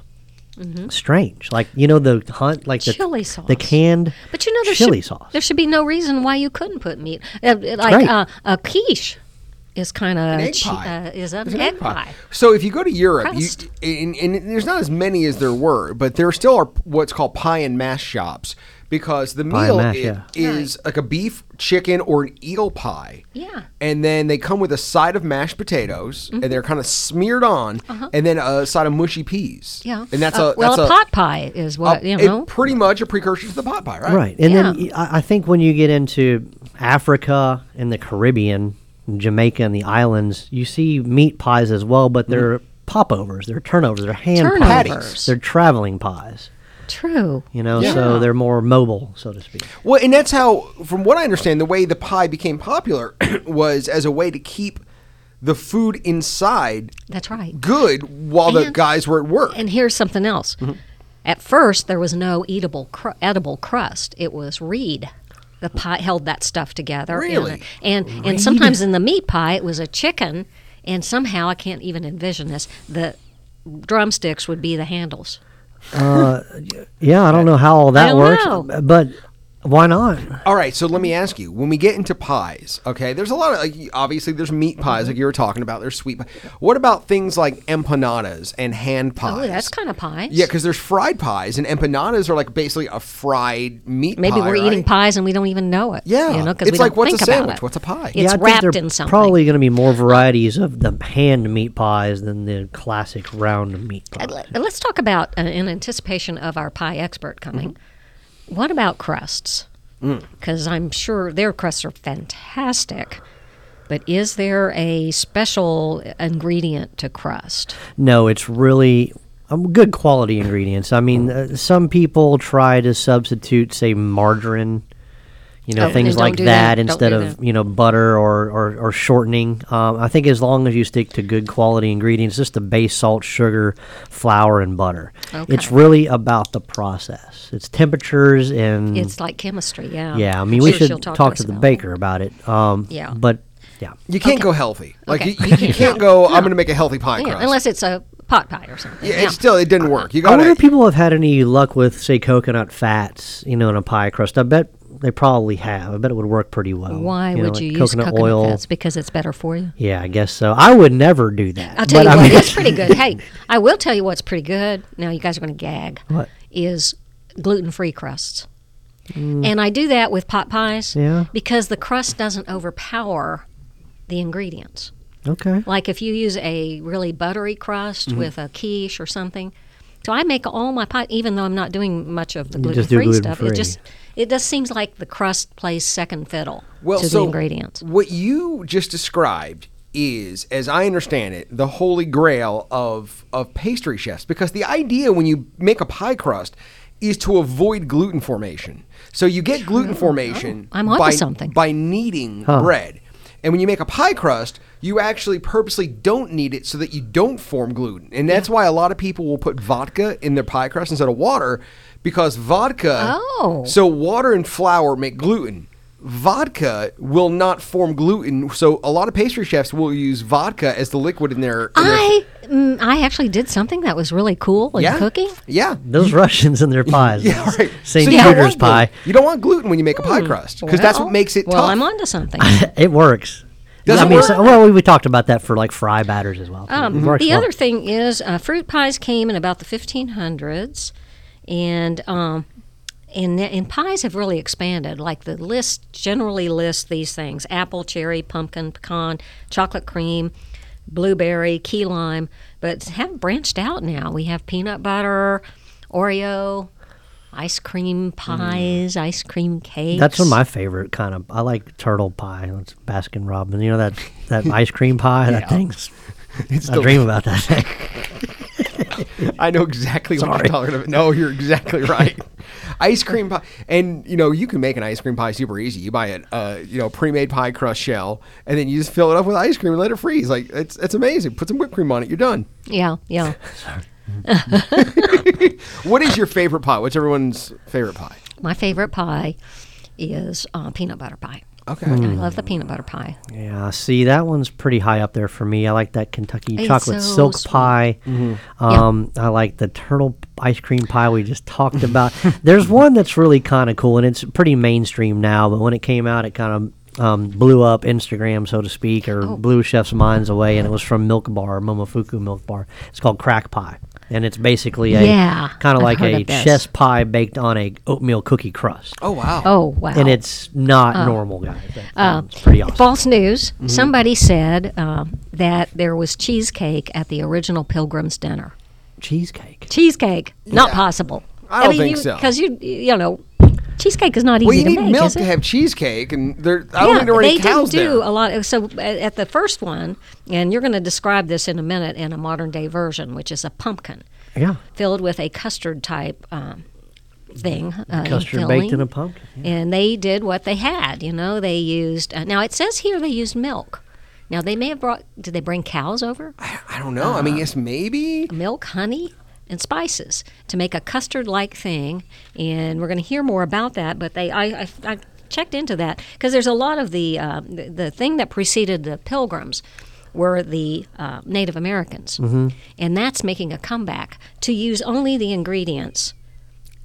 S3: Strange, like you know the hunt, like the
S2: Mm-hmm. Chili
S3: the
S2: sauce.
S3: canned,
S2: But you know, there
S3: chili
S2: should,
S3: sauce.
S2: There should be no reason why you couldn't put meat. Uh, like
S3: right.
S2: uh, a quiche is kind of
S1: egg pie.
S2: Uh, is an
S1: It's
S2: egg,
S1: an egg
S2: pie.
S1: pie. So if you go to Europe, you,
S2: Crust.
S1: and, and there's not as many as there were, but there still are what's called pie and mash shops because the
S3: Pie and
S1: meal
S3: mash,
S1: i-
S3: yeah.
S1: is like a beef, chicken, or an eel pie.
S2: Yeah. Mm-hmm.
S1: And then they come with a side of mashed potatoes, and they're kind of smeared on, and then a side of mushy peas.
S2: Uh-huh. Yeah.
S1: And that's
S2: Uh,
S1: a
S2: well,
S1: that's
S2: a, pot pie is
S1: a-
S2: what you
S1: it-
S2: know.
S1: pretty much a precursor to the pot pie, right?
S3: Right. And then
S2: Yeah.
S3: I I think when you get into Africa and the Caribbean, Jamaica and the islands, you see meat pies as well, but they're popovers, they're turnovers, they're hand pies,
S2: Turnovers.
S3: they're traveling pies.
S2: True.
S3: You know,
S2: Yeah.
S3: so they're more mobile, so to speak.
S1: Well, and that's how, from what I understand, the way the pie became popular was as a way to keep the food inside
S2: That's right.
S1: good while the
S2: And-
S1: guys were at work.
S2: And here's something else.
S1: Mm-hmm.
S2: At first, there was no eatable cr- edible crust. It was reed. The pie held that stuff together. and-
S1: Really?
S2: And and, sometimes in the meat pie, it was a chicken, and somehow I can't even envision this. The drumsticks would be the handles.
S3: Yeah, I don't know how all that
S2: don't
S3: works,
S2: know.
S3: but why not?
S1: All right, so let me ask you: When we get into pies, okay, there's a lot of like, obviously there's meat
S2: Mm-hmm.
S1: pies like you were talking about. There's sweet pie. What about things like empanadas and hand pies?
S2: Oh, that's kind of pies.
S1: yeah, because there's fried pies and empanadas are like basically a fried meat.
S2: Maybe
S1: pie,
S2: we're eating
S1: right?
S2: pies and we don't even know it.
S1: Yeah,
S2: you know, because
S1: it's
S2: we
S1: like
S2: don't
S1: what's
S2: think
S1: a
S2: about
S1: sandwich?
S2: it.
S1: What's a pie?
S2: It's
S3: yeah, I
S2: wrapped
S3: think there
S2: in something.
S3: probably going to be more varieties of the hand meat pies than the classic round meat
S2: Uh,
S3: pies.
S2: le- Let's talk about, uh, in anticipation of our pie expert coming, what about crusts?
S3: Mm.
S2: Because I'm sure their crusts are fantastic. But is there a special ingredient to crust?
S3: No, it's really um, good quality ingredients. I mean, uh, some people try to substitute, say, margarine, you know,
S2: Oh,
S3: things
S2: and don't
S3: like
S2: do
S3: that,
S2: that. Don't
S3: instead
S2: do
S3: of
S2: that.
S3: you know butter or or, or shortening. Um, I think as long as you stick to good quality ingredients, just the base salt, sugar, flour, and butter. It's
S2: Okay.
S3: really about the process. It's temperatures and
S2: It's like chemistry, yeah.
S3: Mm. yeah. I mean,
S2: I'm
S3: we
S2: sure
S3: should
S2: she'll
S3: talk,
S2: us
S3: to the
S2: about
S3: baker about it. Um,
S2: Yeah.
S3: but yeah.
S1: You can't go healthy. Like
S2: Okay.
S1: you, you, you can't go. I'm going to make a healthy pie
S2: it. Yeah,
S1: crust.
S2: unless it's a pot pie or something.
S1: yeah, it's still it didn't work. You
S3: I
S1: got
S3: wonder
S1: to
S3: if people have had any luck with, say, coconut fats, you know, in a pie crust. I bet they probably have. I bet it would work pretty well.
S2: Why
S3: know,
S2: would
S3: like
S2: you use coconut, fats? Because it's better for you.
S3: Yeah, I guess so. I would never do that.
S2: I'll tell you
S3: but I
S2: what,
S3: mean-
S2: that's pretty good. Hey, I will tell you what's pretty good. Now you guys are going to gag.
S3: What?
S2: is gluten-free crusts? And I do that with pot pies
S3: Mm. Yeah.
S2: because the crust doesn't overpower the ingredients.
S3: okay. Mm-hmm.
S2: Like if you use a really buttery crust with a quiche or something, So I make all my pie, even though I'm not doing much of the
S3: You
S2: gluten
S3: just do
S2: free stuff. It
S3: gluten-free.
S2: just it just seems like the crust plays second fiddle
S1: well,
S2: to
S1: so
S2: the ingredients.
S1: What you just described is, as I understand it, the holy grail of of pastry chefs because the idea when you make a pie crust is to avoid gluten formation. So you get gluten formation
S2: Oh, I'm onto
S1: by,
S2: something.
S1: by kneading bread. And when you make a pie crust, you actually purposely don't knead it so that you don't form gluten. And that's why a lot of people will put vodka in their pie crust instead of water because vodka
S2: Oh.
S1: so water and flour make gluten. Vodka will not form gluten, so a lot of pastry chefs will use vodka as the liquid in their. in their-
S2: I mm, I actually did something that was really cool in
S1: yeah,
S2: cooking.
S1: Yeah,
S3: Those Russians and their pies.
S1: yeah, right.
S3: St.
S1: So you don't want
S3: Peter's pie.
S1: gluten. You don't want gluten when you make a pie crust because that's what
S2: Hmm. Well,
S1: makes it
S2: Well,
S1: tough.
S2: I'm onto something.
S3: It works.
S1: Does
S3: I
S1: it
S3: mean,
S1: work?
S3: so- well, we, we talked about that for like fry batters as well.
S2: Um,
S3: It works
S2: the
S3: well.
S2: other thing is uh, fruit pies came in about the 1500s, and um, and, th- and pies have really expanded. Like the list generally lists these things: apple, cherry, pumpkin, pecan, chocolate cream, blueberry, key lime. But have branched out now. We have peanut butter, Oreo. Ice cream pies, ice cream cakes.
S3: Mm. That's one of my favorite kind of. I like turtle pie. That's Baskin Robin. You know that that ice cream pie. That thing's. I dream about that thing.
S1: I know exactly what you're talking about. No, you're exactly right. ice cream pie, and you know you can make an ice cream pie super easy. You buy a uh, you know pre-made pie crust shell, and then you just fill it up with ice cream and let it freeze. Like it's it's amazing. Put some whipped cream on it. You're done.
S2: yeah, yeah.
S1: What is your favorite pie? What's everyone's favorite pie?
S2: My favorite pie is uh, peanut butter pie.
S1: Okay.
S2: I love the peanut butter pie.
S3: Yeah, see, that one's pretty high up there for me. I like that Kentucky
S2: It's
S3: chocolate
S2: so
S3: silk
S2: sweet.
S3: pie. Um, I like the turtle ice cream pie we just talked about. There's one that's really kind of cool, and it's pretty mainstream now. But when it came out, it kind of um, blew up Instagram, so to speak, or
S2: Oh.
S3: blew chefs' minds away. And it was from Milk Bar, Momofuku Milk Bar. It's called Crack Pie, and it's basically a
S2: Yeah,
S3: kind
S2: I've
S3: of like
S2: heard
S3: a
S2: of this.
S3: chess pie baked on a oatmeal cookie crust.
S1: Oh wow.
S2: Oh wow!
S3: And it's not normal, guys. That- it's pretty awesome.
S2: false news.
S1: Mm-hmm.
S2: Somebody said um, that there was cheesecake at the original Pilgrim's dinner.
S3: Cheesecake.
S2: Cheesecake, not
S1: Yeah.
S2: possible.
S1: I don't think
S2: you,
S1: so.
S2: Because you, you know, cheesecake is not easy
S1: Well, you
S2: to
S1: need
S2: make.
S1: milk
S2: is
S1: to
S2: it?
S1: have cheesecake, and there, I don't
S2: yeah,
S1: think there were any
S2: they
S1: cows
S2: didn't do
S1: there.
S2: a lot. So at, at the first one, and you're going to describe this in a minute in a modern day version, which is a pumpkin
S3: Yeah.
S2: filled with a custard type um, thing. Uh,
S3: Custard
S2: filling.
S3: baked in a pumpkin.
S2: and they did what they had. You know, they used. Uh, now it says here they used milk. Now they may have brought. Did they bring cows over?
S1: I don't know. I
S2: Uh,
S1: mean, yes, maybe.
S2: Milk, honey, and spices to make a custard-like thing. And we're going to hear more about that. But they, I, I, I checked into that because there's a lot of the, uh, the the thing that preceded the pilgrims were the uh, Native Americans,
S3: Mm-hmm.
S2: and that's making a comeback to use only the ingredients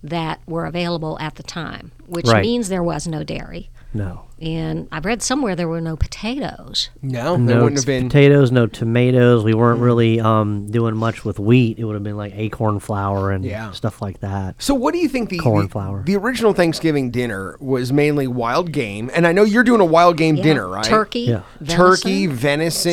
S2: that were available at the time, which
S3: Right.
S2: means there was no dairy.
S3: No.
S2: and I read somewhere there were no potatoes.
S1: No, there
S3: No
S1: wouldn't have been. Mm.
S3: potatoes, no tomatoes. We weren't really um, doing much with wheat. It would have been like acorn flour and
S1: Yeah.
S3: stuff like that.
S1: So, what do you think the
S3: Corn
S1: the-
S3: flour.
S1: The, original Thanksgiving dinner was mainly wild game, and I know you're doing a wild game dinner, right?
S2: Turkey,
S3: Yeah.
S1: turkey,
S2: venison,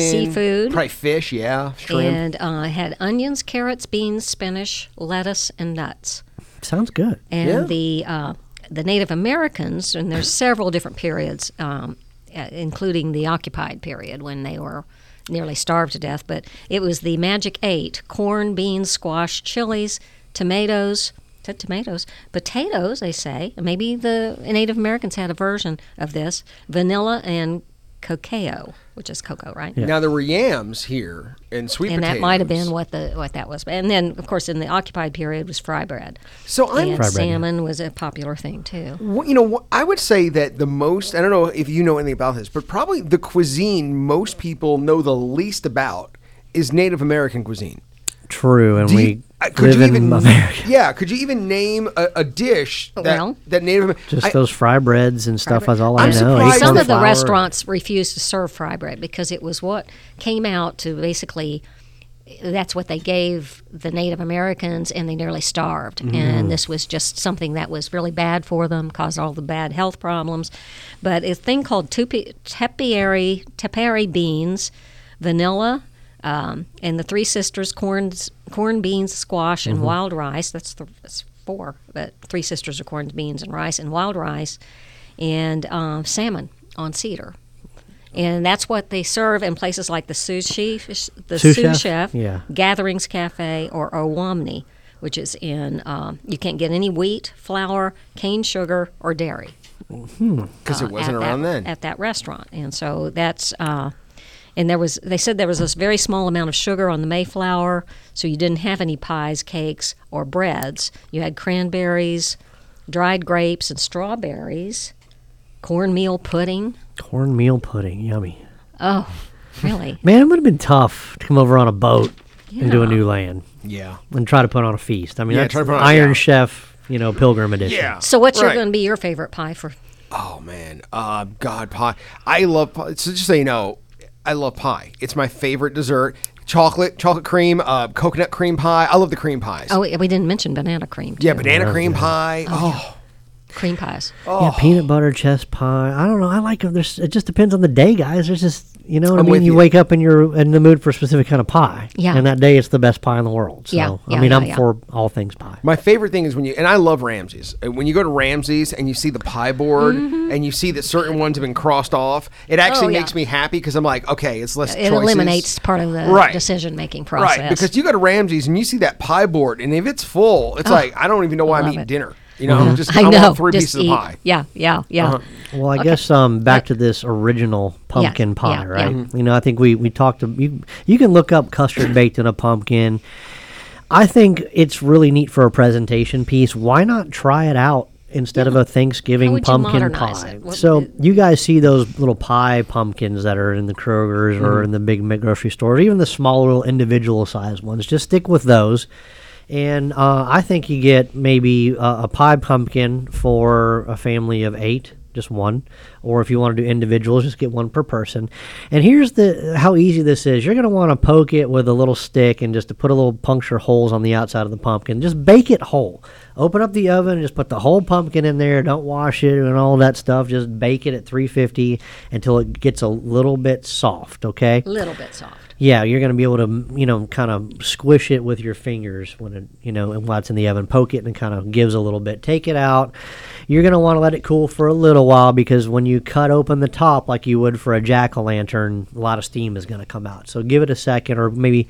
S1: venison,
S2: seafood.
S1: probably fish, yeah, shrimp.
S2: and uh, had onions, carrots, beans, spinach, lettuce, and nuts.
S3: Sounds good.
S2: And
S1: Yeah.
S2: the uh, the Native Americans, and there's several different periods, um, uh, including the occupied period when they were nearly starved to death. But it was the magic eight: corn, beans, squash, chilies, tomatoes. Said tomatoes, potatoes. They say maybe the Native Americans had a version of this: vanilla and cacao, which is cocoa, right?
S1: Now there were yams here and sweet
S2: and
S1: potatoes.
S2: that might have been what the what that was. And then, of course, in the occupied period was fry bread.
S1: So I'm-
S2: and
S3: Fry bread, yeah.
S2: salmon was a popular thing too.
S1: Well, you know, wh- I would say that the most, I don't know if you know anything about this, but probably the cuisine most people know the least about is Native American cuisine.
S3: True. And
S1: Do
S3: we
S1: you- uh,
S3: live in America.
S1: Yeah, could you even name a, a dish that,
S2: Well.
S1: that Native American?
S3: Just those fry breads and stuff is all i
S1: I'm
S3: know.
S1: surprised-
S2: Some
S3: Acorn
S2: of the
S3: flour.
S2: restaurants refused to serve fry bread because it was what came out to basically that's what they gave the Native Americans, and they nearly starved.
S3: Mm-hmm.
S2: And this was just something that was really bad for them, caused all the bad health problems. But a thing called tupi- tepiary, tepary beans, vanilla, um, and the three sisters corns, corn, beans, squash,
S3: Mm-hmm.
S2: and wild rice. That's the that's four, but three sisters are corn, beans, and rice, and wild rice, and um, salmon on cedar. And that's what they serve in places like the sous chef, the
S3: Sous
S2: sous,
S3: chef?
S2: chef,
S3: Yeah.
S2: Gatherings Cafe, or Owamni, which is in um, you can't get any wheat, flour, cane sugar, or dairy
S1: because it
S2: uh,
S1: wasn't
S2: at
S1: around
S2: that,
S1: then.
S2: at that restaurant, and so that's. Uh, and there was, they said there was this very small amount of sugar on the Mayflower, so you didn't have any pies, cakes, or breads. You had cranberries, dried grapes, and strawberries, cornmeal pudding.
S3: Cornmeal pudding, yummy.
S2: Oh, really?
S3: Man, it would have been tough to come over on a boat into a
S2: Yeah.
S3: new land
S1: yeah.
S3: and try to put on a feast. I mean,
S1: Yeah,
S3: that's
S1: try to put on-
S3: Iron
S1: yeah.
S3: Chef, you know, Pilgrim Edition.
S1: Yeah.
S2: So, what's
S1: Right.
S2: going to be your favorite pie for?
S1: Oh man, uh, God pie. I love pie. So just so you know, I love pie. It's my favorite dessert. Chocolate, chocolate cream, uh, coconut cream pie. I love the cream pies.
S2: Oh, we we didn't mention banana cream. Too.
S1: yeah, banana cream pie. Oh,
S2: cream pies.
S3: Yeah, peanut butter chest pie. I don't know. I like them. There's, it just depends on the day, guys. There's just you know what i
S1: I'm
S3: mean.
S1: with
S3: You
S1: you.
S3: wake up and you're in the mood for a specific kind of pie.
S2: Yeah.
S3: And that day, it's the best pie in the world. So
S2: Yeah,
S3: I
S2: yeah,
S3: mean,
S2: yeah,
S3: I'm
S2: yeah.
S3: for all things pie.
S1: my favorite thing is when you and I love Ramsey's. And When you go to Ramsey's and you see the pie board and you see that certain ones have been crossed off, it actually
S2: Mm-hmm. Oh, yeah.
S1: makes me happy because I'm like, okay, it's less.
S2: It
S1: choices.
S2: eliminates part of the
S1: Right.
S2: decision-making process.
S1: Right, because you go to Ramsey's and you see that pie board, and if it's full, it's like I don't even know why I'm
S2: love
S1: eating
S2: it. Mm-hmm.
S1: dinner. You know, just
S2: I
S1: I,
S2: know.
S1: want three
S2: just
S1: pieces
S2: eat.
S1: of pie. Uh-huh.
S2: Yeah, yeah, yeah.
S3: Well, I guess um, back to this original pumpkin
S2: yeah,
S3: pie,
S2: yeah.
S3: right? You know, I think we we talked. ab- You you can look up custard baked in a pumpkin. I think it's really neat for a presentation piece. Why not try it out instead of a
S2: How
S3: Thanksgiving
S2: would you
S3: pumpkin
S2: modernize
S3: pie?
S2: it? What-
S3: so
S2: it-
S3: you guys see those little pie pumpkins that are in the Kroger's or in the big mi- grocery stores, even the smaller little individual sized ones. Just stick with those. And uh, I think you get maybe uh, a pie pumpkin for a family of eight, just one. Or if you want to do individuals, just get one per person. And here's the how easy this is. You're going to want to poke it with a little stick and just to put a little puncture holes on the outside of the pumpkin. Just bake it whole. Open up the oven and just put the whole pumpkin in there. Don't wash it and all that stuff. Just bake it at 350 until it gets a little bit soft, okay?
S2: little bit soft.
S3: Yeah, you're going to be able to, you know, kind of squish it with your fingers when it, you know, and while it's in the oven, poke it and it kind of gives a little bit. Take it out. You're going to want to let it cool for a little while because when you cut open the top like you would for a jack o' lantern, a lot of steam is going to come out. So give it a second, or maybe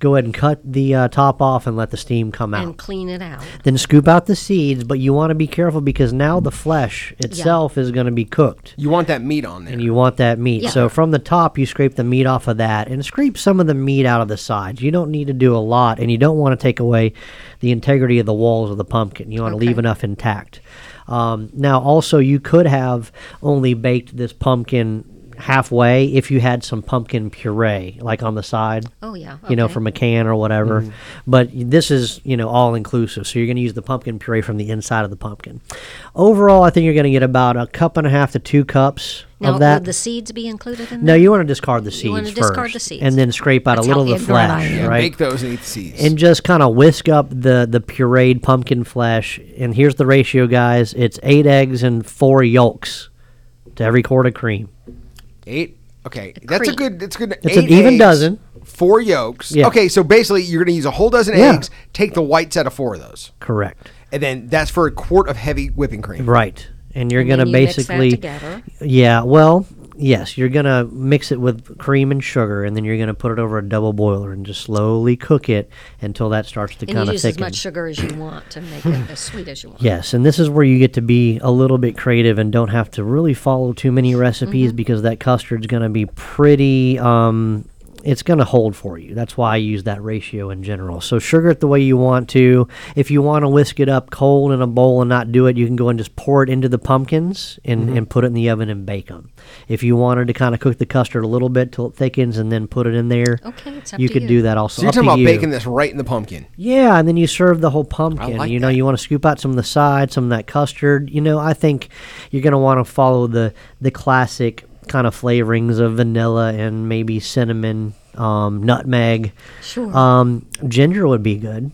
S3: go ahead and cut the uh, top off and let the steam come out
S2: And clean it out.
S3: then scoop out the seeds but you want to be careful because now the flesh itself is going to be cooked
S1: You want that meat on there.
S3: and you want that meat
S2: Yeah.
S3: so from the top you scrape the meat off of that and scrape some of the meat out of the sides you don't need to do a lot and you don't want to take away the integrity of the walls of the pumpkin you want to leave enough intact um, now also you could have only baked this pumpkin halfway if you had some pumpkin puree like on the side
S2: Oh, yeah,
S3: you know
S2: okay.
S3: from a can or whatever but this is you know all inclusive so you're going to use the pumpkin puree from the inside of the pumpkin overall i think you're going to get about a cup and a half to two cups
S2: Now,
S3: of that
S2: would the seeds be included in
S3: no
S2: that?
S3: you want to discard the seeds
S2: You wanna
S3: first
S2: discard the seeds.
S3: and then scrape out
S2: That's
S3: a little
S2: how
S3: of the
S2: ignorant I
S3: flesh
S2: am.
S1: yeah,
S3: right
S1: bake those and eat the seeds.
S3: and just kind of whisk up the the pureed pumpkin flesh and here's the ratio guys it's eight eggs and four yolks to every quart of cream
S1: eight. Okay, that's a
S2: cream.
S1: good. That's good.
S3: It's an even dozen.
S1: Four yolks.
S3: Yeah.
S1: Okay, so basically you're going to use a whole dozen
S3: Yeah.
S1: eggs. Take the whites out of four of those,
S3: correct
S1: and then that's for a quart of heavy whipping cream.
S3: right and you're going
S2: Then
S3: to
S2: you
S3: basically
S2: Mix that together.
S3: Yeah, well, yes, you're going to mix it with cream and sugar, and then you're going to put it over a double boiler and just slowly cook it until that starts to
S2: And
S3: kind
S2: you
S3: of
S2: use as
S3: thicken.
S2: much sugar as you want to make it as sweet as you want.
S3: Yes, and this is where you get to be a little bit creative and don't have to really follow too many
S2: Mm-hmm.
S3: recipes because that custard's going to be pretty. Um, it's going to hold for you. That's why I use that ratio in general. So sugar it the way you want to. If you want to whisk it up cold in a bowl and not do it, you can go and just pour it into the pumpkins and,
S2: Mm-hmm.
S3: and put it in the oven and bake them. If you wanted to kind of cook the custard a little bit till it thickens and then put it in there,
S2: Okay, it's up
S3: you
S2: to
S3: could
S2: you.
S3: do that also.
S1: So you're
S3: Up to
S1: talking about
S3: you.
S1: baking this right in the pumpkin.
S3: Yeah, and then you serve the whole pumpkin.
S1: like
S3: you know,
S1: that.
S3: you want to scoop out some of the sides, some of that custard. You know, I think you're going to want to follow the the classic kind of flavorings of vanilla and maybe cinnamon, um, nutmeg.
S2: Sure.
S3: Um, ginger would be good.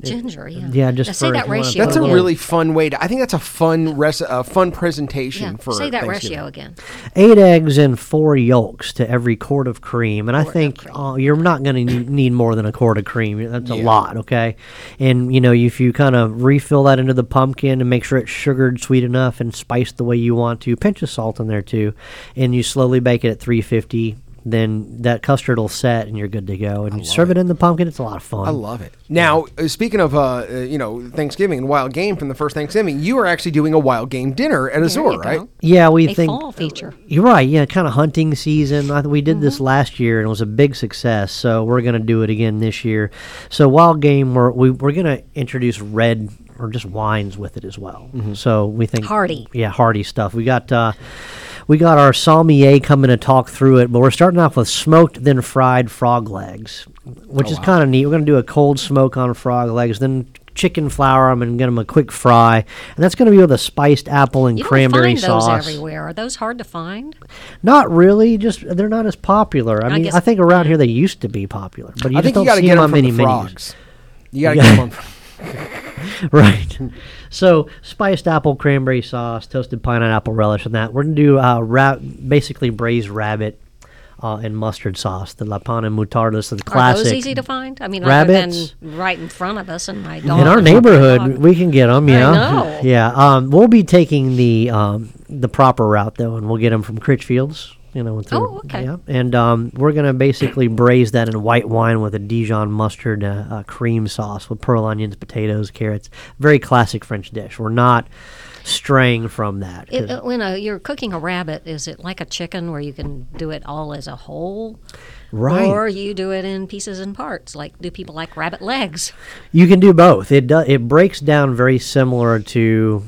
S2: Ginger, yeah.
S3: yeah, just
S2: Now, say
S3: for
S2: that
S3: if you wanna
S2: ratio.
S1: That's a
S2: again.
S1: really fun way to. I think that's a fun res, a fun presentation
S2: yeah.
S1: for.
S2: say that
S1: Thanksgiving.
S2: ratio again.
S3: Eight eggs and four yolks to every quart of cream, and I
S2: Quart of
S3: think
S2: cream.
S3: uh, you're not going to need more than a quart of cream. That's a
S1: Yeah.
S3: lot, okay? And you know, if you kind of refill that into the pumpkin and make sure it's sugared sweet enough and spiced the way you want to, pinch of salt in there too, and you slowly bake it at 350. Then that custard will set, and you're good to go. And you serve it. in the pumpkin. It's a lot of fun.
S1: I love it. Now, uh, speaking of uh, uh, you know Thanksgiving and wild game from the first Thanksgiving, you are actually doing a wild game dinner at
S2: There you
S1: Azor,
S2: go.
S1: right?
S3: yeah, we
S2: A
S3: think
S2: fall feature. Mm-hmm.
S3: You're right. Yeah, kind of hunting season. I, we did this last year and it was a big success. So we're going to do it again this year. So wild game, we're we, we're going to introduce red or just wines with it as well. So we think
S2: Hardy.
S3: Yeah, hardy stuff. We got. Uh, we got our sommelier coming to talk through it, but we're starting off with smoked, then fried frog legs, which is kind of neat. We're going to do a cold smoke on frog legs, then chicken flour 'em and get them a quick fry, and that's going to be with a spiced apple and
S2: You
S3: cranberry
S2: don't find
S3: sauce.
S2: those everywhere. Are those hard to find?
S3: Not really. Just they're not as popular. I, mean,
S2: guess- mm.
S3: I think around here they used to be popular, but you
S1: I
S3: just
S1: think you
S3: don't
S1: got to
S3: see
S1: get
S3: them
S1: them
S3: on
S1: from
S3: many
S1: the
S3: menus.
S1: frogs. You got to get them. From,
S3: right. So spiced apple cranberry sauce, toasted pineapple relish, and that. We're gonna do uh, ra- basically braised rabbit uh, and mustard sauce, the lapana moutarda, so the classic.
S2: Are those easy to find? I mean,
S3: Rabbits?
S2: other than right in front of us and my dog.
S3: in our
S2: Dog.
S3: neighborhood, we can get them. Yeah,
S2: know.
S3: yeah. Um, we'll be taking the um, the proper route though, and we'll get them from Critchfields. You know, through,
S2: Oh, okay.
S3: Yeah, and um, we're gonna basically braise that in white wine with a Dijon mustard uh, uh, cream sauce with pearl onions, potatoes, carrots. Very classic French dish. We're not straying from that. 'cause-
S2: It, uh, when uh, you're cooking a rabbit, is it like a chicken where you can do it all as a whole?
S3: Right.
S2: Or you do it in pieces and parts? Like, do people like rabbit legs?
S3: You can do both. It do, it breaks down very similar to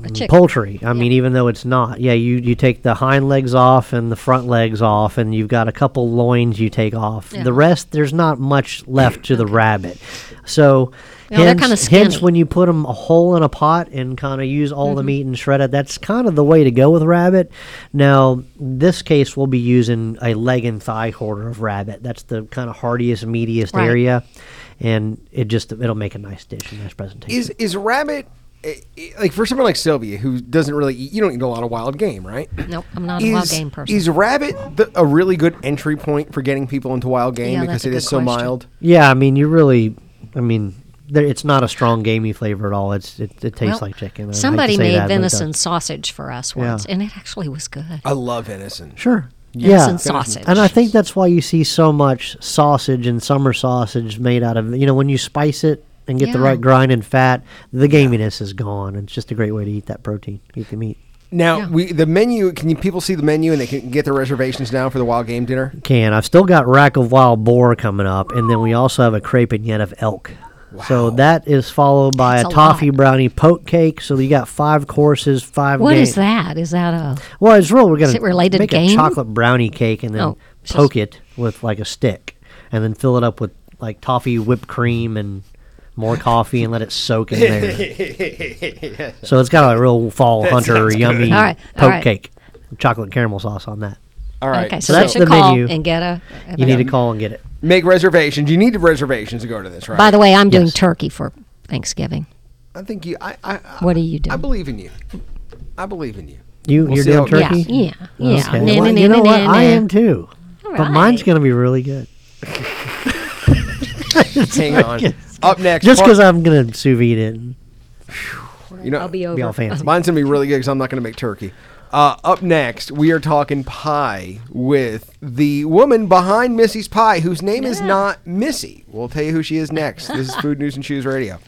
S3: mm,
S2: chicken.
S3: poultry. I mean, even though it's not. Yeah, you, you take the hind legs off and the front legs off, and you've got a couple loins you take off.
S2: Yeah.
S3: The rest, there's not much left to the rabbit. So.
S2: Yeah, they're
S3: hence,
S2: kinda
S3: hence,
S2: skinny. Mm-hmm.
S3: when you put them a hole in a pot and kind of use all the meat and shred it, that's kind of the way to go with rabbit. Now, this case, we'll be using a leg and thigh quarter of rabbit. That's the kind of hardiest, meatiest
S2: Right.
S3: area yeah, and it just it'll make a nice dish in this presentation.
S1: is is rabbit i- i- like for someone like Sylvia who doesn't really eat? You don't eat a lot of wild game, right?
S2: Nope, I'm not
S1: is,
S2: a wild game person.
S1: Is rabbit the, a really good entry point for getting people into wild game
S2: Yeah,
S1: because
S2: that's a
S1: it is
S2: good
S1: so
S2: question.
S1: mild?
S3: yeah, I mean, you really, I mean, there, it's not a strong gamey flavor at all. It's it, it tastes
S2: Well,
S3: like chicken. I'd hate to
S2: Somebody
S3: say
S2: made
S3: that, but it
S2: venison
S3: does.
S2: sausage for us once, and it actually was good.
S1: I love venison.
S3: Sure.
S2: Venison
S3: yeah.
S2: sausage.
S3: And I think that's why you see so much sausage and summer sausage made out of you know when you spice it and get the
S2: Yeah.
S3: right grind and fat, the gaminess is gone. It's just a great way to eat that protein, eat the meat.
S1: Now
S2: Yeah.
S1: we the menu. Can you people see the menu and they can get their reservations now for the wild game dinner?
S3: can. I've still got rack of wild boar coming up, and then we also have a crepignette of elk. So that is followed by
S2: That's
S3: a
S2: a
S3: toffee
S2: lot.
S3: brownie poke cake. So you got five courses, five.
S2: What
S3: game.
S2: is that? Is that a.
S3: Well, it's real. We're gonna
S2: it related
S3: make a
S2: game?
S3: chocolate brownie cake and then
S2: Oh, it's
S3: poke it with like a stick, and then fill it up with like toffee whipped cream and more coffee, and let it soak in there. so it's got a real fall hunter yummy
S2: All right, all
S3: poke
S2: right.
S3: cake, chocolate caramel sauce on that.
S1: All right.
S2: Okay, so,
S3: so
S2: they
S3: that's
S2: should
S3: the
S2: call
S3: menu.
S2: and get a.
S3: You need to call and get it.
S1: make reservations. You need reservations to go to this, right?
S2: By the way, I'm doing
S3: Yes.
S2: turkey for Thanksgiving.
S1: I think you. I. I, I
S2: What are you doing?
S1: I believe in you. I believe in you.
S3: You
S1: We'll
S3: you're
S1: see
S3: doing
S1: how it
S3: turkey?
S2: Yeah, yeah, yeah.
S3: Okay.
S2: Nah,
S3: Well,
S2: nah,
S3: you
S2: nah,
S3: know what?
S2: nah,
S3: I
S2: nah.
S3: am too.
S2: All
S3: But mine's
S2: right.
S3: going to be really good.
S1: Hang on. Up next,
S3: Just
S1: part-
S3: because I'm going to sous vide it and
S1: you know,
S2: I'll be over.
S3: be all fancy.
S1: mine's gonna be really good because I'm not gonna make turkey. Uh, up next, we are talking pie with the woman behind Missy's pie, whose name is
S2: Yeah.
S1: not Missy. We'll tell you who she is next. This is Food News and Shoes Radio.